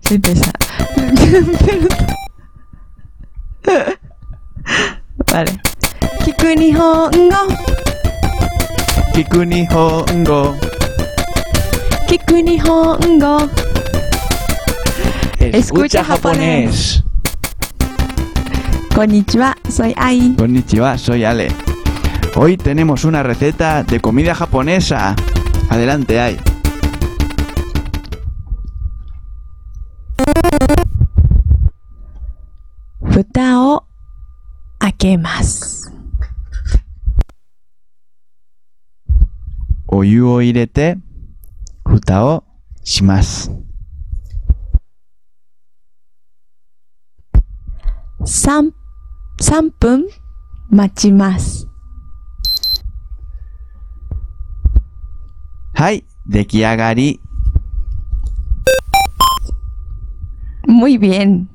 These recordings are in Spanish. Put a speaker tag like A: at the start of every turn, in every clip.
A: Se empieza. vale. Kikunihongo.
B: 聞く日本語
A: Kikunihongo. Escucha japonés. Konnichiwa, soy Ai.
B: Konnichiwa, soy Ale. Hoy tenemos una receta de comida japonesa. Adelante, Ai.
A: Futa o akemasu.
B: お湯を入れて、蓋をします。
A: 3, 3分待ちます。
B: はい、出来上がり。
A: Muy bien.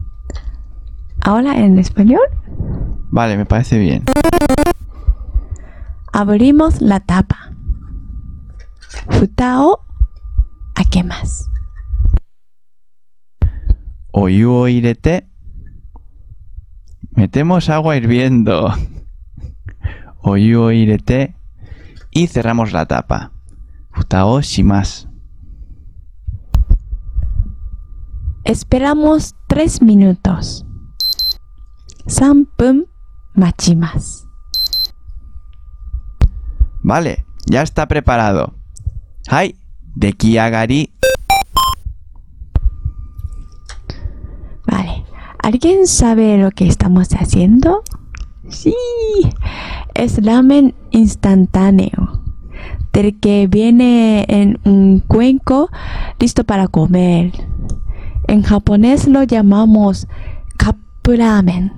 A: Ahora en español.
B: Vale, me parece bien.
A: Abrimos la tapa. Futa o akemasu.
B: お湯を入れて、metemos agua hirviendo. お湯を入れて、y cerramos la tapa. 蓋をします。
A: Esperamos tres minutos. Sampum machimas.
B: Vale, ya está preparado. ¡Hay! Dekiagari.
A: Vale. ¿Alguien sabe lo que estamos haciendo? Sí. Es ramen instantáneo. Del que viene en un cuenco listo para comer. En japonés lo llamamos kapuramen.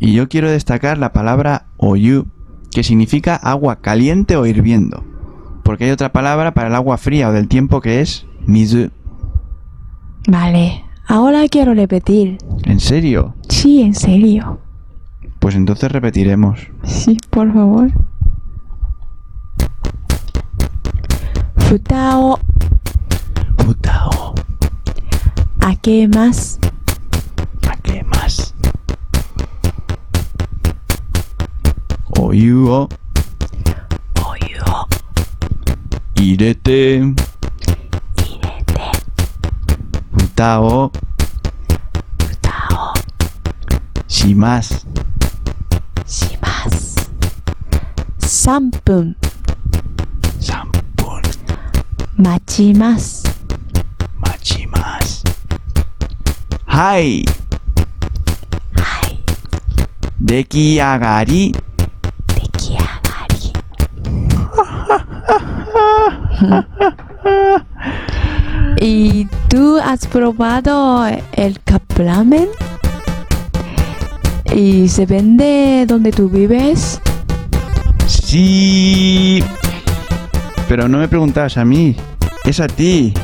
B: Y yo quiero destacar la palabra oyu, que significa agua caliente o hirviendo. Porque hay otra palabra para el agua fría o del tiempo que es mizu.
A: Vale. Ahora quiero repetir.
B: ¿En serio?
A: Sí, en serio.
B: Pues entonces repetiremos.
A: Sí, por favor. Futa o
B: Futao.
A: akemasu.
B: ¿A qué más? Oyu o
A: Oyu o
B: irete.
A: irete.
B: Futao
A: Futa o
B: shimas.
A: します。3分
B: Sampon
A: 待ちます。
B: machimas. ¡Hay!
A: はい。
B: Dekiagari.
A: 出来上がり。¿Y tú has probado el caplamen? ¿Y se vende donde tú vives?
B: Sí. Pero no me preguntabas a mí, es a ti.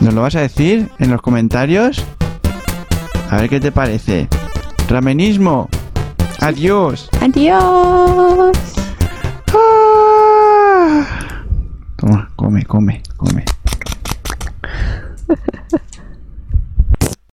B: ¿Nos lo vas a decir en los comentarios? A ver qué te parece. Ramenismo. Adiós.
A: ¡Adiós!
B: Ah. Toma, come, come, come.